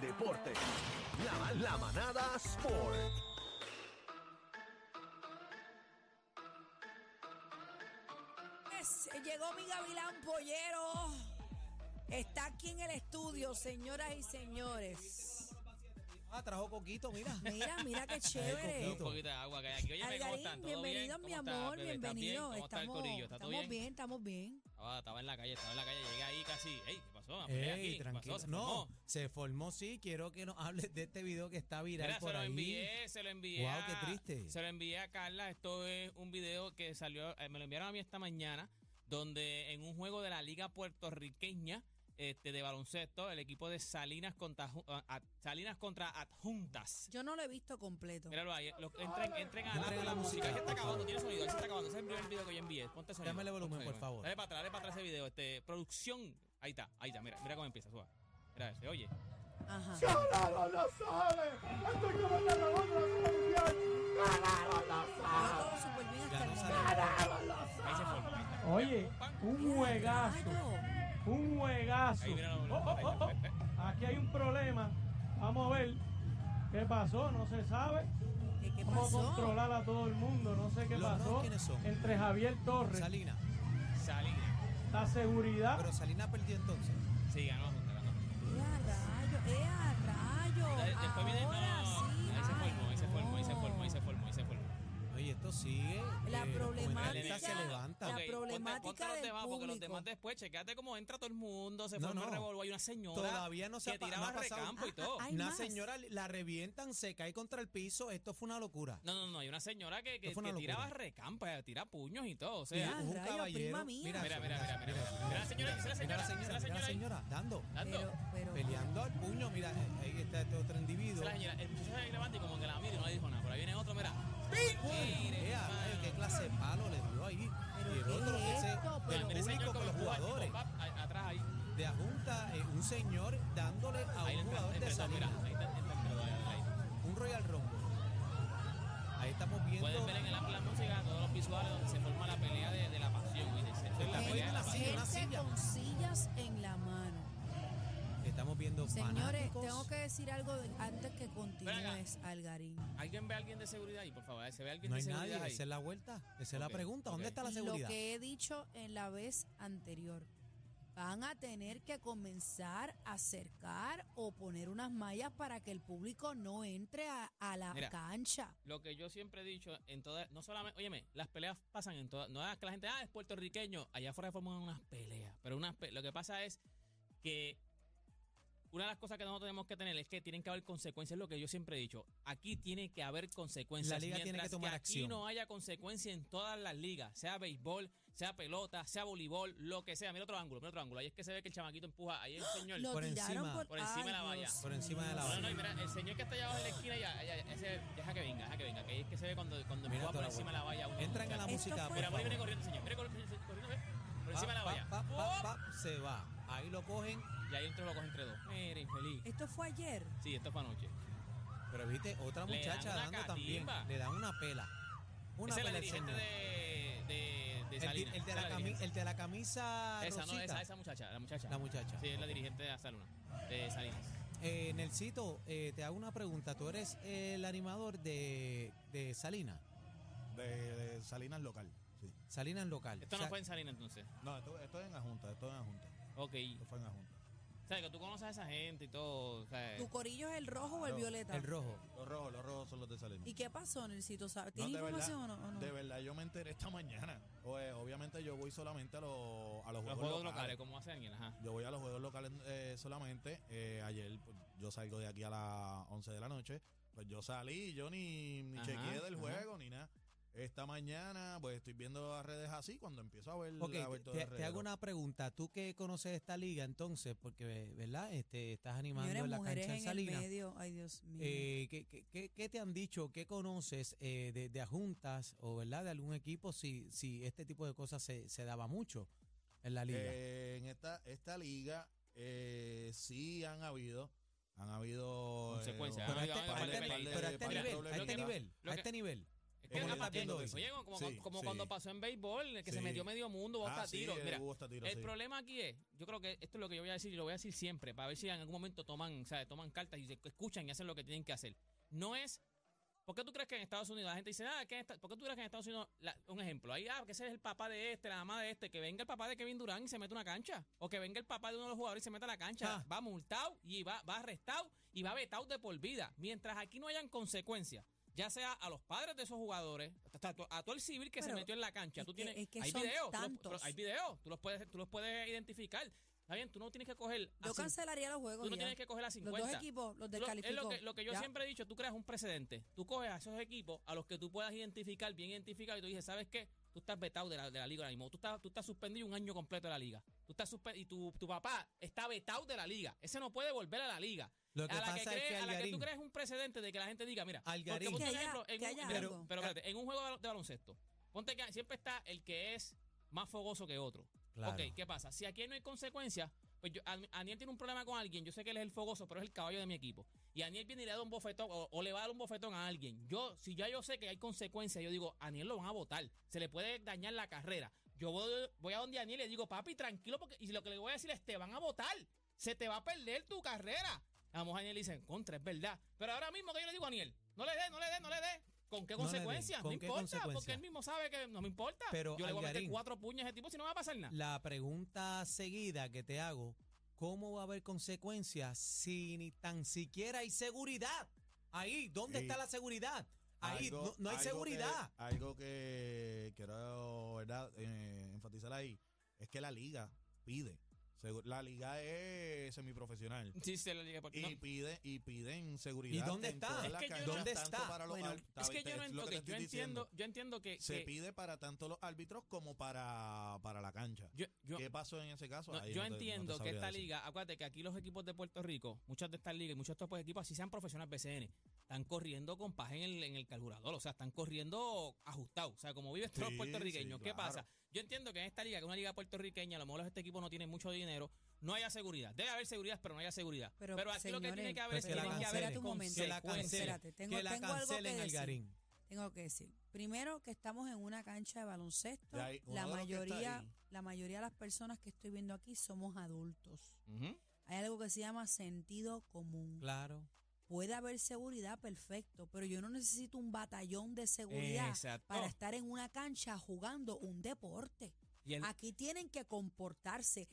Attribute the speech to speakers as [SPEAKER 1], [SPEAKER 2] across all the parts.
[SPEAKER 1] deporte. La, la manada Sport.
[SPEAKER 2] Es- Llegó mi gavilán pollero. Está aquí en el estudio, señoras y señores.
[SPEAKER 3] Ah, trajo coquito, mira.
[SPEAKER 2] Mira, mira qué
[SPEAKER 3] Ay,
[SPEAKER 2] chévere.
[SPEAKER 3] coquito.
[SPEAKER 4] Un poquito de agua que hay aquí. Oye, ¿cómo
[SPEAKER 2] Algarín,
[SPEAKER 4] están? ¿Todo
[SPEAKER 2] bienvenido,
[SPEAKER 4] bien?
[SPEAKER 2] mi
[SPEAKER 4] ¿Cómo estás,
[SPEAKER 2] amor,
[SPEAKER 4] bebé? ¿Estás bien?
[SPEAKER 2] bienvenido.
[SPEAKER 4] ¿Cómo está el
[SPEAKER 2] Estamos,
[SPEAKER 4] corillo? ¿Está todo
[SPEAKER 2] estamos bien?
[SPEAKER 4] bien?
[SPEAKER 2] estamos bien.
[SPEAKER 4] Ah, estaba en la calle, estaba en la calle. Llegué ahí casi. Ey, ¿qué pasó? Me apuré aquí.
[SPEAKER 3] Ey,
[SPEAKER 4] ¿Qué
[SPEAKER 3] tranquilo.
[SPEAKER 4] pasó? ¿Se
[SPEAKER 3] no,
[SPEAKER 4] formó?
[SPEAKER 3] se formó, sí. Quiero que nos hables de este video que está viral
[SPEAKER 4] Mira, se
[SPEAKER 3] por
[SPEAKER 4] lo
[SPEAKER 3] ahí.
[SPEAKER 4] envié, se lo envié.
[SPEAKER 3] Guau,
[SPEAKER 4] a-
[SPEAKER 3] qué triste.
[SPEAKER 4] Se lo envié a Carla. Esto es un video que salió, eh, me lo enviaron a mí esta mañana, donde en un juego de la Liga Puertorriqueña este, de baloncesto, el equipo de Salinas contra, Ju- ah, ah, Salinas contra Adjuntas.
[SPEAKER 2] Yo no lo he visto completo.
[SPEAKER 4] Míralo ahí. Lo- entren, entren a
[SPEAKER 3] Dale
[SPEAKER 4] la, a la
[SPEAKER 3] la música.
[SPEAKER 4] música. Ya está acabando, tiene sonido, ya está acabando. Ese es el primer video que yo envié. Ponte sonido.
[SPEAKER 3] Dámele volumen,
[SPEAKER 4] Ponte
[SPEAKER 3] por favor.
[SPEAKER 4] Dale para atrás, dale para atrás ese video. Este, producción. Ahí está, ahí está. Mira, mira cómo empieza, suba. Mira, ese, oye.
[SPEAKER 2] Ajá.
[SPEAKER 5] ¡Ganaron las aves! ¡Esto es como la revolución! ¡Ganaron las
[SPEAKER 2] Yo todo súper bien hasta el momento.
[SPEAKER 3] Ganó Salinas.
[SPEAKER 5] ¡Ganaron las
[SPEAKER 4] Ahí se forma. ahí está.
[SPEAKER 6] Oye,
[SPEAKER 4] Pum, pam.
[SPEAKER 6] un juegazo,
[SPEAKER 2] Rayo.
[SPEAKER 6] un juegazo.
[SPEAKER 4] Ahí eh, mira
[SPEAKER 6] Oh, oh, oh, oh. Aquí hay un problema. Vamos a ver qué pasó, no se sabe.
[SPEAKER 2] ¿Qué, qué
[SPEAKER 6] Vamos a
[SPEAKER 2] pasó?
[SPEAKER 6] controlar a todo el mundo, no sé qué
[SPEAKER 3] ¿Los dos
[SPEAKER 6] pasó.
[SPEAKER 3] quiénes son?
[SPEAKER 6] Entre Javier Torres,
[SPEAKER 3] Salina.
[SPEAKER 4] eh, Salinas.
[SPEAKER 6] la seguridad.
[SPEAKER 3] Pero Salina perdió entonces.
[SPEAKER 4] Sí, ganó, junta, ganó.
[SPEAKER 2] ¡Eh, a rayo! ¡Eh, a rayo!
[SPEAKER 4] De- Después viene. No,
[SPEAKER 2] Ahora sí.
[SPEAKER 4] ahí se
[SPEAKER 2] Ay,
[SPEAKER 4] formó, ahí se formó, ahí se
[SPEAKER 2] no.
[SPEAKER 4] formó, ahí se formó, ahí se formó.
[SPEAKER 3] Oye, esto sigue.
[SPEAKER 2] La
[SPEAKER 3] eh, los
[SPEAKER 2] problemática-
[SPEAKER 3] comentaristas se levanta.
[SPEAKER 2] La
[SPEAKER 4] Ok, ponte-
[SPEAKER 2] problemática
[SPEAKER 4] ponte los
[SPEAKER 2] del
[SPEAKER 4] demás, porque los
[SPEAKER 2] público.
[SPEAKER 4] demás después, checate cómo entra todo el mundo, se
[SPEAKER 3] No,
[SPEAKER 4] forma
[SPEAKER 3] no.
[SPEAKER 4] el revolú, hay una señora
[SPEAKER 3] Todavía no se ha
[SPEAKER 4] que
[SPEAKER 3] pa- no
[SPEAKER 4] tiraba
[SPEAKER 3] ha pasado.
[SPEAKER 4] recampo y
[SPEAKER 2] Ah,
[SPEAKER 4] todo.
[SPEAKER 2] ah, Hay
[SPEAKER 3] Una
[SPEAKER 2] más.
[SPEAKER 3] señora la revientan, se cae contra el piso. Esto fue una locura.
[SPEAKER 4] No, no, no, hay una señora que, que,
[SPEAKER 3] Fue una
[SPEAKER 4] que
[SPEAKER 3] locura.
[SPEAKER 4] tiraba recampa, tira puños y todo. O
[SPEAKER 3] Y
[SPEAKER 4] sea,
[SPEAKER 2] Ya, Ah, rayo, prima mía.
[SPEAKER 3] Mira,
[SPEAKER 4] Mira,
[SPEAKER 3] eso,
[SPEAKER 4] mira, mira, mira.
[SPEAKER 3] eso.
[SPEAKER 4] Mira la señora, mira la
[SPEAKER 3] Mira la
[SPEAKER 4] señora,
[SPEAKER 3] señora, mira la señora. Dando.
[SPEAKER 4] dando.
[SPEAKER 2] Pero, pero,
[SPEAKER 3] Peleando al puño. Mira, ahí está este otro individuo.
[SPEAKER 4] Esa es la señora, el muchacho ahí levanta y como que la mira y no le dijo nada. Por ahí viene otro, mira. ¡Ping! Mire,
[SPEAKER 3] Ea,
[SPEAKER 4] hermano.
[SPEAKER 3] rayo, qué clase de palo le dio ahí.
[SPEAKER 2] Pero
[SPEAKER 3] Y el
[SPEAKER 2] ¿qué
[SPEAKER 3] otro
[SPEAKER 2] es
[SPEAKER 3] ese
[SPEAKER 2] esto? Pero-
[SPEAKER 3] del
[SPEAKER 4] Mira el
[SPEAKER 3] público
[SPEAKER 4] señor
[SPEAKER 3] con los
[SPEAKER 4] empuja, tipo,
[SPEAKER 3] jugadores.
[SPEAKER 4] pap, a- atrás ahí.
[SPEAKER 3] De la junta, eh, un señor dándole a
[SPEAKER 4] Ahí
[SPEAKER 3] un
[SPEAKER 4] le entra-
[SPEAKER 3] jugador de
[SPEAKER 4] entre todo, mira.
[SPEAKER 3] salida.
[SPEAKER 4] Ahí está entre todo, ahí, ahí.
[SPEAKER 3] Un Royal Rumble. Ahí estamos viendo.
[SPEAKER 4] Pueden ver en el app la música, todos los visuales donde se forma la pelea de, de la pasión. ¿viste? Se- se- la
[SPEAKER 3] Ahí
[SPEAKER 4] pelea de
[SPEAKER 3] está
[SPEAKER 4] la
[SPEAKER 3] la silla,
[SPEAKER 4] pasión.
[SPEAKER 3] una
[SPEAKER 2] Gente
[SPEAKER 3] silla.
[SPEAKER 2] con sillas en la mano.
[SPEAKER 3] Estamos viendo
[SPEAKER 2] Señores,
[SPEAKER 3] fanáticos.
[SPEAKER 2] tengo que decir algo de- antes que continúes, Algarín.
[SPEAKER 4] ¿Alguien ve a alguien de seguridad ahí, por favor? ¿Se ve alguien
[SPEAKER 3] No
[SPEAKER 4] de
[SPEAKER 3] hay
[SPEAKER 4] seguridad
[SPEAKER 3] nadie.
[SPEAKER 4] ahí?
[SPEAKER 3] Esa es la vuelta. Esa es la
[SPEAKER 4] Ok,
[SPEAKER 3] pregunta. ¿Dónde
[SPEAKER 4] ok.
[SPEAKER 3] está la
[SPEAKER 2] Lo
[SPEAKER 3] seguridad?
[SPEAKER 2] que he dicho en la vez anterior, van a tener que comenzar a cercar o poner unas mallas para que el público no entre a, a la
[SPEAKER 4] Mira.
[SPEAKER 2] cancha.
[SPEAKER 4] Lo que yo siempre he dicho, en todas, no solamente, óyeme, las peleas pasan en todas, no es que la gente, ah, es puertorriqueño, allá afuera forman unas peleas, pero unas pe- lo que pasa es que una de las cosas que nosotros tenemos que tener es que tienen que haber consecuencias, es lo que yo siempre he dicho, aquí tiene que haber consecuencias.
[SPEAKER 3] La liga tiene
[SPEAKER 4] Mientras
[SPEAKER 3] que tomar
[SPEAKER 4] Aquí
[SPEAKER 3] acción.
[SPEAKER 4] no haya consecuencia en todas las ligas, sea béisbol, sea pelota, sea voleibol, lo que sea, mira otro ángulo, mira otro ángulo, ahí es que se ve que el chamaquito empuja, ahí el señor...
[SPEAKER 2] Lo
[SPEAKER 3] por
[SPEAKER 2] tiraron
[SPEAKER 3] encima-
[SPEAKER 2] por,
[SPEAKER 4] por encima
[SPEAKER 2] Ay,
[SPEAKER 4] de la valla.
[SPEAKER 2] Dios
[SPEAKER 3] Por encima de la
[SPEAKER 2] mío.
[SPEAKER 4] No,
[SPEAKER 3] valla.
[SPEAKER 4] no, y mira, el señor que está allá abajo en la esquina, ya, ya, ese, deja que venga, deja que venga, que ahí es que se ve cuando, cuando
[SPEAKER 3] Mira
[SPEAKER 4] empuja
[SPEAKER 3] toda
[SPEAKER 4] por
[SPEAKER 3] la
[SPEAKER 4] encima de la valla. uno.
[SPEAKER 3] Entran a la
[SPEAKER 2] Esto
[SPEAKER 3] música.
[SPEAKER 2] fue-
[SPEAKER 3] por
[SPEAKER 4] Mira, mira,
[SPEAKER 3] favor.
[SPEAKER 4] viene corriendo, señor. Mira, corriendo, corriendo, ve, por encima de la
[SPEAKER 3] Pa,
[SPEAKER 4] valla.
[SPEAKER 3] pa, pa,
[SPEAKER 4] ¡Oh!
[SPEAKER 3] pa, se va. Ahí lo cogen.
[SPEAKER 4] Y ahí un tres lo coge entre dos. Mira, infeliz.
[SPEAKER 2] Esto fue ayer.
[SPEAKER 4] Sí, esto es para anoche.
[SPEAKER 3] Pero viste, otra
[SPEAKER 4] Le dan
[SPEAKER 3] muchacha
[SPEAKER 4] una
[SPEAKER 3] dando también.
[SPEAKER 4] catimba.
[SPEAKER 3] Le dan una pela. Una
[SPEAKER 4] Ese es
[SPEAKER 3] pela
[SPEAKER 4] la
[SPEAKER 3] al
[SPEAKER 4] dirigente
[SPEAKER 3] señor.
[SPEAKER 4] de, de, de
[SPEAKER 3] El di-
[SPEAKER 4] Salinas.
[SPEAKER 3] el de
[SPEAKER 4] Esa
[SPEAKER 3] la
[SPEAKER 4] es
[SPEAKER 3] cami-
[SPEAKER 4] dirigente.
[SPEAKER 3] el de la camisa
[SPEAKER 4] Esa, no,
[SPEAKER 3] rosita.
[SPEAKER 4] esa, esa muchacha, la muchacha.
[SPEAKER 3] La muchacha.
[SPEAKER 4] Sí, es la dirigente de la Saluna, de Salinas.
[SPEAKER 3] Eh, Nelsito, eh, te hago una pregunta. Tú eres el animador de, de Salina,
[SPEAKER 5] De, de Salinas local, sí.
[SPEAKER 3] Salinas local.
[SPEAKER 4] Esto
[SPEAKER 3] O sea,
[SPEAKER 4] no fue en Salinas entonces.
[SPEAKER 5] No, esto, esto es en Ajunta, esto es en Ajunta.
[SPEAKER 4] Ok.
[SPEAKER 5] Esto fue en Ajunta.
[SPEAKER 4] O sea, que tú conoces a esa gente y todo. O sea,
[SPEAKER 2] ¿Tu corillo es el rojo o el
[SPEAKER 5] Claro,
[SPEAKER 2] violeta?
[SPEAKER 3] el rojo.
[SPEAKER 5] Los rojos, los rojos son los de Salinas.
[SPEAKER 2] ¿Y qué pasó, Nelsito? ¿Sabes?
[SPEAKER 5] No,
[SPEAKER 2] ¿Tienes
[SPEAKER 5] de verdad,
[SPEAKER 2] información o no? o no?
[SPEAKER 5] de verdad, yo me enteré esta mañana. Oye, obviamente yo voy solamente a, los a los,
[SPEAKER 4] los juegos locales, ¿cómo hace alguien? Ajá.
[SPEAKER 5] Yo voy a los juegos locales eh, solamente. Eh, ayer pues, yo salgo de aquí a las 11 de la noche. Pues yo salí, yo ni, ni
[SPEAKER 4] Ajá,
[SPEAKER 5] chequeé del
[SPEAKER 4] ajá.
[SPEAKER 5] juego ni nada. Esta mañana, pues estoy viendo las redes así. Cuando empiezo a ver,
[SPEAKER 3] Ok,
[SPEAKER 5] a ver
[SPEAKER 3] te-
[SPEAKER 5] todo
[SPEAKER 3] te,
[SPEAKER 5] el
[SPEAKER 3] te hago
[SPEAKER 5] reguero.
[SPEAKER 3] una pregunta. Tú que conoces esta liga, entonces, porque, ¿verdad? Este, estás animando
[SPEAKER 2] Señores,
[SPEAKER 3] en la
[SPEAKER 2] mujeres
[SPEAKER 3] cancha en
[SPEAKER 2] en el
[SPEAKER 3] Salinas.
[SPEAKER 2] medio. Ay, Dios mío.
[SPEAKER 3] Eh, ¿qué, qué- qué- qué te han dicho? ¿Qué conoces eh, de, de adjuntas o, ¿verdad? De algún equipo si, si este tipo de cosas se, se daba mucho en la liga.
[SPEAKER 5] Eh, en esta, esta liga eh, sí han habido. Han habido.
[SPEAKER 4] Consecuencias,
[SPEAKER 5] eh,
[SPEAKER 4] han habido-
[SPEAKER 5] par
[SPEAKER 4] han habido
[SPEAKER 5] de-
[SPEAKER 4] peleas.
[SPEAKER 5] par
[SPEAKER 3] pero a
[SPEAKER 5] de-
[SPEAKER 3] este
[SPEAKER 5] par de
[SPEAKER 3] nivel, a
[SPEAKER 5] problemas.
[SPEAKER 3] este nivel,
[SPEAKER 4] lo
[SPEAKER 3] a
[SPEAKER 4] que-
[SPEAKER 3] este nivel.
[SPEAKER 4] Es que
[SPEAKER 5] Como
[SPEAKER 4] era
[SPEAKER 5] le estás viendo
[SPEAKER 4] patético.
[SPEAKER 5] eso.
[SPEAKER 4] Oye, como,
[SPEAKER 5] Sí,
[SPEAKER 4] como
[SPEAKER 5] sí.
[SPEAKER 4] cuando pasó en béisbol, que se
[SPEAKER 5] Sí.
[SPEAKER 4] metió medio mundo, hubo hasta
[SPEAKER 5] sí,
[SPEAKER 4] tiros.
[SPEAKER 5] eh,
[SPEAKER 4] Mira,
[SPEAKER 5] hubo hasta tiros,
[SPEAKER 4] el
[SPEAKER 5] sí.
[SPEAKER 4] problema aquí es, yo creo que esto es lo que yo voy a decir y lo voy a decir siempre, para ver si en algún momento toman, ¿sabes? toman cartas y se escuchan y hacen lo que tienen que hacer. No es. ¿Por qué tú crees que en Estados Unidos la gente dice, ah, que en esta- ¿por qué tú crees que en Estados Unidos, la- un ejemplo, ahí, ah, que ese es el papá de este, la mamá de este, que venga el papá de Kevin Durant y se mete a una cancha? O que venga el papá de uno de los jugadores y se meta a la cancha.
[SPEAKER 3] Ah.
[SPEAKER 4] Va multado y va, va arrestado y va vetado de por vida. Mientras aquí no hayan consecuencias, ya sea a los padres de esos jugadores, hasta a to- a todo el civil que se
[SPEAKER 2] Pero
[SPEAKER 4] metió en la cancha.
[SPEAKER 2] es
[SPEAKER 4] Tú
[SPEAKER 2] que-
[SPEAKER 4] tienes,
[SPEAKER 2] es que
[SPEAKER 4] hay
[SPEAKER 2] son
[SPEAKER 4] videos, tú los-
[SPEAKER 2] tantos.
[SPEAKER 4] pero hay videos, tú los puedes, tú los puedes identificar. Está bien, tú no tienes que coger a
[SPEAKER 2] Yo
[SPEAKER 4] cin-
[SPEAKER 2] cancelaría los
[SPEAKER 4] tú
[SPEAKER 2] juegos.
[SPEAKER 4] no
[SPEAKER 2] ya.
[SPEAKER 4] tienes que coger a
[SPEAKER 2] los
[SPEAKER 4] 50.
[SPEAKER 2] dos equipos los
[SPEAKER 4] Tú lo- es
[SPEAKER 2] descalifico.
[SPEAKER 4] lo que, lo que yo
[SPEAKER 2] Ya.
[SPEAKER 4] siempre he dicho, tú creas un precedente. Tú coges a esos equipos a los que tú puedas identificar, bien identificado, y tú dices, ¿sabes qué? Tú estás vetado de la, de la liga ahora mismo. Tú estás, tú estás suspendido un año completo de la liga. Tú estás suspe- y tu, tu papá está vetado de la liga. Ese no puede volver a la liga.
[SPEAKER 3] Lo que
[SPEAKER 4] a la
[SPEAKER 3] pasa
[SPEAKER 4] que,
[SPEAKER 3] es
[SPEAKER 4] cree-
[SPEAKER 3] que
[SPEAKER 4] a la que tú
[SPEAKER 3] Algarín,
[SPEAKER 4] crees un precedente de que la gente diga, mira,
[SPEAKER 3] Algarín.
[SPEAKER 4] porque,
[SPEAKER 3] Que
[SPEAKER 4] por
[SPEAKER 2] haya-
[SPEAKER 4] ejemplo, en
[SPEAKER 2] que
[SPEAKER 4] un,
[SPEAKER 2] haya
[SPEAKER 4] mira,
[SPEAKER 3] algo.
[SPEAKER 4] pero espérate, en un juego de bal- de baloncesto, ponte que siempre está el que es más fogoso que otro.
[SPEAKER 3] claro.
[SPEAKER 4] Ok, ¿qué pasa? Si aquí no hay consecuencias, pues yo, An- Aniel tiene un problema con alguien, yo sé que él es el fogoso, pero es el caballo de mi equipo. Y Aniel viene y le da un bofetón o, o le va a dar un bofetón a alguien. Yo, si ya yo sé que hay consecuencias, yo digo, Aniel lo van a votar, se le puede dañar la carrera. Yo voy, voy a donde Aniel y le digo, papi, tranquilo, porque y lo que le voy a decir es, te van a votar, se te va a perder tu carrera. Vamos, Aniel dice, en contra, es verdad. Pero ahora mismo que yo le digo a Aniel, no le dé, no le dé, no le dé. ¿Con qué
[SPEAKER 3] No le dé.
[SPEAKER 4] consecuencias? No,
[SPEAKER 3] ¿Con qué
[SPEAKER 4] importa, porque
[SPEAKER 3] consecuencias?
[SPEAKER 4] él mismo sabe que no me importa.
[SPEAKER 3] Pero,
[SPEAKER 4] yo le voy a meter
[SPEAKER 3] Algarín,
[SPEAKER 4] cuatro puños a ese tipo si no me va a pasar nada.
[SPEAKER 3] La pregunta seguida que te hago, ¿cómo va a haber consecuencias si ni tan siquiera hay seguridad? Ahí, ¿dónde
[SPEAKER 5] Sí.
[SPEAKER 3] está la seguridad? Ahí,
[SPEAKER 5] Algo-
[SPEAKER 3] no, no hay
[SPEAKER 5] algo
[SPEAKER 3] seguridad.
[SPEAKER 5] que- algo que quiero ¿verdad? Eh, enfatizar ahí es que la liga pide. Segu- La liga es semiprofesional.
[SPEAKER 4] Sí, se lo llegué por-
[SPEAKER 5] Y
[SPEAKER 4] no.
[SPEAKER 5] pide y piden seguridad.
[SPEAKER 3] ¿Y dónde
[SPEAKER 5] en
[SPEAKER 3] está?
[SPEAKER 5] todas
[SPEAKER 4] Es
[SPEAKER 5] las
[SPEAKER 4] que yo
[SPEAKER 5] canchas,
[SPEAKER 4] no-
[SPEAKER 3] ¿Dónde
[SPEAKER 5] tanto
[SPEAKER 3] está?
[SPEAKER 5] para los
[SPEAKER 2] Bueno,
[SPEAKER 5] al-
[SPEAKER 4] Es que
[SPEAKER 5] está-
[SPEAKER 4] yo no
[SPEAKER 5] es lo
[SPEAKER 4] entiendo,
[SPEAKER 5] que te
[SPEAKER 4] yo
[SPEAKER 5] estoy diciendo.
[SPEAKER 4] entiendo, yo entiendo que,
[SPEAKER 5] Se
[SPEAKER 4] que-
[SPEAKER 5] pide para tanto los árbitros como para, para la cancha.
[SPEAKER 4] yo, yo-
[SPEAKER 5] ¿Qué pasó en ese caso?
[SPEAKER 4] no,
[SPEAKER 5] Ahí
[SPEAKER 4] yo
[SPEAKER 5] no te- no te
[SPEAKER 4] entiendo que
[SPEAKER 5] sabría
[SPEAKER 4] esta
[SPEAKER 5] decir.
[SPEAKER 4] liga, acuérdate que aquí los equipos de Puerto Rico, muchas de estas ligas y muchos de estos pues, equipos así sean profesionales BCN, están corriendo con paja en el, en el calculador, o sea, están corriendo ajustados, o sea, como viven todos
[SPEAKER 5] Sí,
[SPEAKER 4] los puertorriqueños,
[SPEAKER 5] sí,
[SPEAKER 4] ¿qué
[SPEAKER 5] claro.
[SPEAKER 4] pasa? Yo entiendo que en esta liga, que es una liga puertorriqueña, a lo mejor este equipo no tiene mucho dinero, no haya seguridad, debe haber seguridad, pero no haya seguridad. Pero,
[SPEAKER 2] Pero,
[SPEAKER 4] aquí lo que tiene
[SPEAKER 2] señores,
[SPEAKER 4] que haber es
[SPEAKER 3] pero
[SPEAKER 4] que
[SPEAKER 3] que la
[SPEAKER 4] tiene que haber
[SPEAKER 3] cancelen.
[SPEAKER 2] un momento.
[SPEAKER 3] Que la
[SPEAKER 4] consecuencias.
[SPEAKER 3] cancelen.
[SPEAKER 2] Espérate, tengo,
[SPEAKER 3] que la
[SPEAKER 2] tengo algo que
[SPEAKER 3] cancelen,
[SPEAKER 2] decir.
[SPEAKER 3] Algarín.
[SPEAKER 2] Tengo que decir. Primero que estamos en una cancha de baloncesto.
[SPEAKER 5] Ya hay uno
[SPEAKER 2] la
[SPEAKER 5] de los que está
[SPEAKER 2] mayoría,
[SPEAKER 5] ahí.
[SPEAKER 2] la mayoría de las personas que estoy viendo aquí somos adultos.
[SPEAKER 4] Ujú.
[SPEAKER 2] Hay algo que se llama sentido común.
[SPEAKER 3] Claro.
[SPEAKER 2] Puede haber seguridad, perfecto, pero yo no necesito un batallón de seguridad
[SPEAKER 4] Exacto.
[SPEAKER 2] para
[SPEAKER 3] Oh,
[SPEAKER 2] estar en una cancha jugando un deporte.
[SPEAKER 4] Y, el-
[SPEAKER 2] Aquí tienen que comportarse.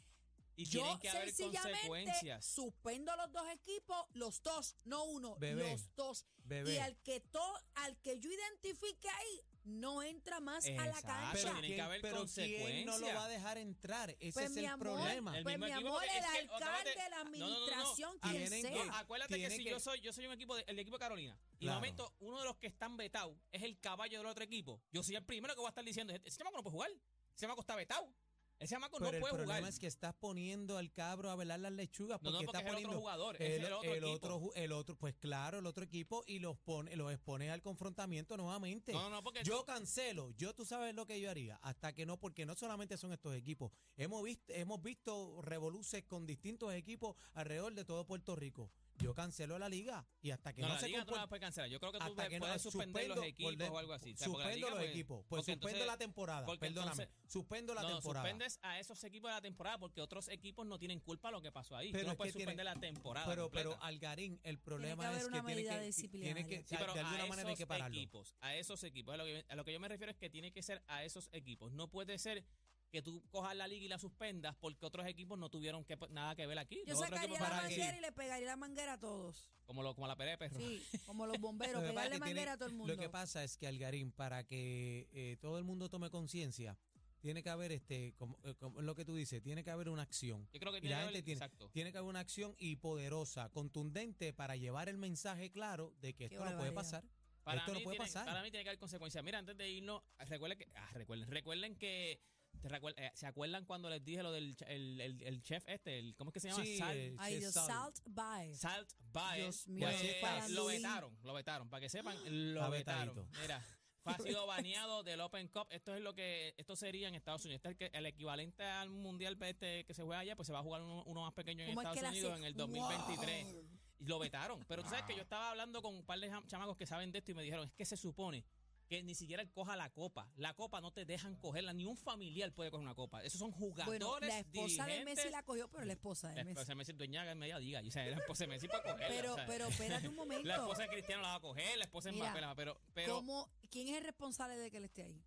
[SPEAKER 4] y
[SPEAKER 2] Ah, yo
[SPEAKER 4] tienen que haber
[SPEAKER 2] sencillamente
[SPEAKER 4] consecuencias.
[SPEAKER 2] suspendo los dos equipos, los dos, no uno,
[SPEAKER 3] Bebé.
[SPEAKER 2] los dos.
[SPEAKER 3] Bebé.
[SPEAKER 2] Y al que to- al que yo identifique ahí, no entra más a la
[SPEAKER 4] Exacto.
[SPEAKER 2] cancha.
[SPEAKER 4] Tienen que haber
[SPEAKER 3] pero ¿quién no lo
[SPEAKER 4] consecuencias?
[SPEAKER 3] va a dejar entrar? Ese
[SPEAKER 2] Pues,
[SPEAKER 3] es
[SPEAKER 2] mi
[SPEAKER 3] el
[SPEAKER 2] amor,
[SPEAKER 3] problema.
[SPEAKER 4] El
[SPEAKER 2] pues
[SPEAKER 4] mismo
[SPEAKER 2] mi
[SPEAKER 4] equipo,
[SPEAKER 2] amor,
[SPEAKER 4] porque
[SPEAKER 2] el
[SPEAKER 4] es que-
[SPEAKER 2] alcalde, la
[SPEAKER 4] acuérdate- no, no, no, no.
[SPEAKER 2] administración, quien
[SPEAKER 3] Tienen que-
[SPEAKER 2] sea.
[SPEAKER 4] No, acuérdate que
[SPEAKER 3] Este Tiene
[SPEAKER 4] si
[SPEAKER 3] que-
[SPEAKER 4] yo soy, yo soy un equipo de- el equipo de Carolina. Y de
[SPEAKER 3] Claro.
[SPEAKER 4] momento, uno de los que están vetados es el caballo del otro equipo. Yo soy el primero que voy a estar diciendo, ese chamaco no puede jugar. Ese chamaco está vetado. Ese chamaco
[SPEAKER 3] pero
[SPEAKER 4] no
[SPEAKER 3] el
[SPEAKER 4] puede
[SPEAKER 3] problema
[SPEAKER 4] jugar.
[SPEAKER 3] es que estás poniendo al cabro a velar las lechugas
[SPEAKER 4] no,
[SPEAKER 3] porque,
[SPEAKER 4] no, porque
[SPEAKER 3] estás
[SPEAKER 4] es el otro
[SPEAKER 3] poniendo
[SPEAKER 4] jugador, es
[SPEAKER 3] el,
[SPEAKER 4] el otro
[SPEAKER 3] el
[SPEAKER 4] equipo.
[SPEAKER 3] otro ju- el otro- pues claro, el otro equipo y los pone, los expone al confrontamiento nuevamente.
[SPEAKER 4] no, no, no, porque
[SPEAKER 3] Yo cancelo, yo tú sabes lo que yo haría, hasta que no, porque no solamente son estos equipos, hemos visto, hemos visto revoluces con distintos equipos alrededor de todo Puerto Rico. Yo cancelo la liga y hasta que
[SPEAKER 4] no,
[SPEAKER 3] no,
[SPEAKER 4] la
[SPEAKER 3] se
[SPEAKER 4] liga tú no
[SPEAKER 3] compor-
[SPEAKER 4] la puedes cancelar. Yo creo que tú
[SPEAKER 3] hasta que
[SPEAKER 4] puedes
[SPEAKER 3] no
[SPEAKER 4] suspender los equipos
[SPEAKER 3] por de-
[SPEAKER 4] o algo así. O sea, porque la
[SPEAKER 3] suspendo
[SPEAKER 4] liga,
[SPEAKER 3] los
[SPEAKER 4] pues,
[SPEAKER 3] equipos, pues
[SPEAKER 4] porque
[SPEAKER 3] suspendo
[SPEAKER 4] entonces-
[SPEAKER 3] la temporada,
[SPEAKER 4] porque
[SPEAKER 3] perdóname,
[SPEAKER 4] entonces-
[SPEAKER 3] suspendo la
[SPEAKER 4] no,
[SPEAKER 3] temporada.
[SPEAKER 4] suspendes a esos equipos de la temporada porque otros equipos no tienen culpa de lo que pasó ahí.
[SPEAKER 3] Pero
[SPEAKER 4] Pero no
[SPEAKER 3] es
[SPEAKER 4] puedes
[SPEAKER 3] que tiene-
[SPEAKER 4] suspender la temporada.
[SPEAKER 3] Pero,
[SPEAKER 4] completa.
[SPEAKER 3] pero Algarín, el problema
[SPEAKER 2] haber
[SPEAKER 3] es
[SPEAKER 2] una
[SPEAKER 3] que tiene
[SPEAKER 2] medida
[SPEAKER 3] que, tiene
[SPEAKER 2] disciplinaria.
[SPEAKER 3] que
[SPEAKER 4] Sí, pero
[SPEAKER 3] de alguna
[SPEAKER 4] a
[SPEAKER 3] manera hay
[SPEAKER 4] esos
[SPEAKER 3] que pararlo.
[SPEAKER 4] equipos, a esos equipos, a lo, que, a lo que yo me refiero es que tiene que ser a esos equipos. No puede ser que tú cojas la liga y la suspendas porque otros equipos no tuvieron que, nada que ver aquí.
[SPEAKER 2] Yo
[SPEAKER 4] Los otros
[SPEAKER 2] sacaría
[SPEAKER 4] equipos
[SPEAKER 2] la
[SPEAKER 4] para que-
[SPEAKER 2] manguera y le pegaría la manguera a todos.
[SPEAKER 4] como, lo, como la pelea de perro.
[SPEAKER 2] Sí, como los bomberos,
[SPEAKER 3] Lo que pasa es
[SPEAKER 2] pegarle
[SPEAKER 3] que tiene-
[SPEAKER 2] manguera a todo el mundo.
[SPEAKER 3] Lo que pasa es que Algarín, para que eh, todo el mundo tome conciencia, tiene que haber este, como, eh, como lo que tú dices, tiene que haber una acción.
[SPEAKER 4] Yo creo que
[SPEAKER 3] Y
[SPEAKER 4] tiene
[SPEAKER 3] la
[SPEAKER 4] que
[SPEAKER 3] gente
[SPEAKER 4] haber-
[SPEAKER 3] tiene-
[SPEAKER 4] Exacto.
[SPEAKER 3] Tiene que haber una acción y poderosa, contundente, para llevar el mensaje claro de que
[SPEAKER 2] Qué
[SPEAKER 3] esto no puede
[SPEAKER 2] barbaridad.
[SPEAKER 3] pasar.
[SPEAKER 4] Para
[SPEAKER 3] Esto no
[SPEAKER 4] mí
[SPEAKER 3] puede
[SPEAKER 4] tiene-
[SPEAKER 3] pasar.
[SPEAKER 4] Para mí tiene que haber consecuencias. Mira, antes de irnos, recuerden que. ah, recuerden, recuerden que. te recuer- eh, ¿Se acuerdan cuando les dije lo del ch- el, el- el chef este? el- ¿Cómo es que se llama?
[SPEAKER 3] Sí,
[SPEAKER 4] Sal-
[SPEAKER 3] eh,
[SPEAKER 2] Ay,
[SPEAKER 3] sí,
[SPEAKER 2] Dios,
[SPEAKER 3] Sal.
[SPEAKER 2] Salt Bae.
[SPEAKER 4] Salt Baez.
[SPEAKER 2] Dios mío,
[SPEAKER 4] pues,
[SPEAKER 3] qué farandulín.
[SPEAKER 4] lo vetaron, lo vetaron. Para que sepan, lo
[SPEAKER 3] Está
[SPEAKER 4] vetaron.
[SPEAKER 3] vetadito.
[SPEAKER 4] Mira, fue ha sido baneado del Open Cup. Esto es lo que, esto sería en Estados Unidos. Este es el, que- el equivalente al mundial este que se juega allá, pues se va a jugar uno, uno más pequeño en
[SPEAKER 2] ¿Cómo es que
[SPEAKER 4] Estados
[SPEAKER 2] la
[SPEAKER 4] Unidos
[SPEAKER 2] hace?
[SPEAKER 4] en el 2023. Y lo vetaron. Pero tú sabes que yo estaba hablando con un par de jam- chamacos que saben de esto y me dijeron, es que se supone que ni siquiera él coja la copa. La copa no te dejan cogerla, ni un familiar puede coger una copa. Esos son jugadores,
[SPEAKER 2] Bueno, la esposa de
[SPEAKER 4] dirigentes.
[SPEAKER 2] Messi la cogió, pero la esposa
[SPEAKER 4] La
[SPEAKER 2] de
[SPEAKER 4] esposa
[SPEAKER 2] Messi.
[SPEAKER 4] de Messi es dueña de media liga. Y, o sea, la esposa de Messi para cogerla.
[SPEAKER 2] Pero,
[SPEAKER 4] o sea,
[SPEAKER 2] pero espérate un momento.
[SPEAKER 4] la esposa de Cristiano la va a coger, la esposa de
[SPEAKER 2] Mira,
[SPEAKER 4] Mbappé la va a pero, pero
[SPEAKER 2] ¿Cómo- ¿Quién es el responsable de que él esté ahí?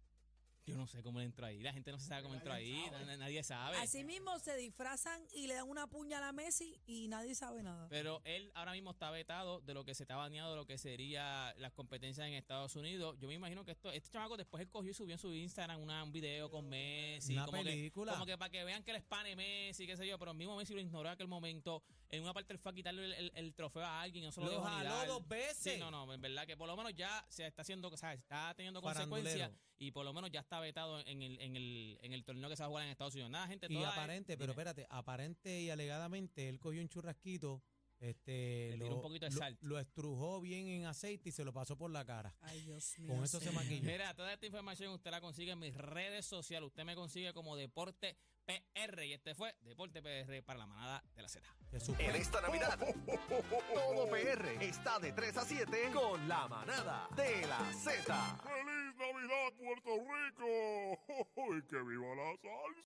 [SPEAKER 4] yo no sé cómo le entró ahí. La gente no se sabe cómo entró ahí. na- na- Nadie sabe.
[SPEAKER 2] Así mismo se disfrazan y le dan una puña a la Messi y nadie sabe nada.
[SPEAKER 4] Pero él ahora mismo está vetado de lo que se está baneado, de lo que sería las competencias en Estados Unidos. Yo me imagino que esto, este chamaco después él cogió y subió en su Instagram una- un video con Messi.
[SPEAKER 3] Una
[SPEAKER 4] como
[SPEAKER 3] película.
[SPEAKER 4] Que, como que para que vean que les pane Messi, qué sé yo. Pero el mismo Messi lo ignoró en aquel momento. En una parte él fue a quitarle el, el- el trofeo a alguien. No se lo
[SPEAKER 3] Lo
[SPEAKER 4] dejó ni
[SPEAKER 3] jaló
[SPEAKER 4] dar.
[SPEAKER 3] dos veces.
[SPEAKER 4] Sí, no, no, en verdad que por lo menos ya se está haciendo, o sea, está teniendo
[SPEAKER 3] Farandulero.
[SPEAKER 4] consecuencias y por lo menos ya está vetado en el, en el, en el torneo que se va a jugar en Estados Unidos. Nada, gente,
[SPEAKER 3] Y
[SPEAKER 4] toda-
[SPEAKER 3] aparente, pero
[SPEAKER 4] dime,
[SPEAKER 3] espérate, aparente y alegadamente él cogió un churrasquito, este,
[SPEAKER 4] Le tiró un poquito de
[SPEAKER 3] lo-
[SPEAKER 4] sal.
[SPEAKER 3] lo estrujó bien en aceite y se lo pasó por la cara.
[SPEAKER 2] Ay, Dios mío.
[SPEAKER 3] Con eso se
[SPEAKER 2] señor.
[SPEAKER 3] maquilló.
[SPEAKER 4] Mira, toda esta información usted la consigue en mis redes sociales. Usted me consigue como Deporte PR. Y este fue Deporte PR para la manada de la Z.
[SPEAKER 3] Se supo.
[SPEAKER 1] En esta Navidad, todo PR está de 3 a 7 con la manada de la Z.
[SPEAKER 7] ¡Feliz Navidad, Puerto Rico! ¡Y que viva la salsa!